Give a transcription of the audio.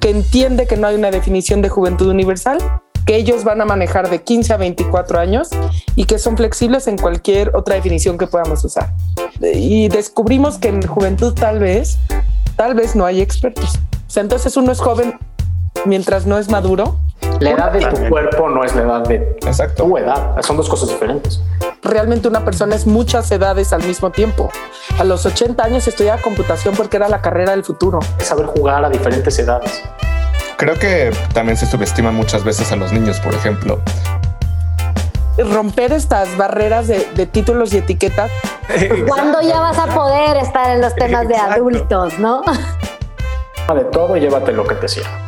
que entiende que no hay una definición de juventud universal, que ellos van a manejar de 15 a 24 años y que son flexibles en cualquier otra definición que podamos usar. Y descubrimos que en juventud tal vez, tal vez no hay expertos. O sea, entonces uno es joven mientras no es maduro. La edad de tu cuerpo no es la edad de Exacto. tu edad. Son dos cosas diferentes. Realmente una persona es muchas edades al mismo tiempo. A los 80 años estudiaba computación porque era la carrera del futuro. Es saber jugar a diferentes edades. Creo que también se subestima muchas veces a los niños, por ejemplo. Romper estas barreras de, de títulos y etiquetas. ¿Cuándo ya vas a poder estar en los temas de Exacto. adultos, no? Toma De todo y llévate lo que te sirva.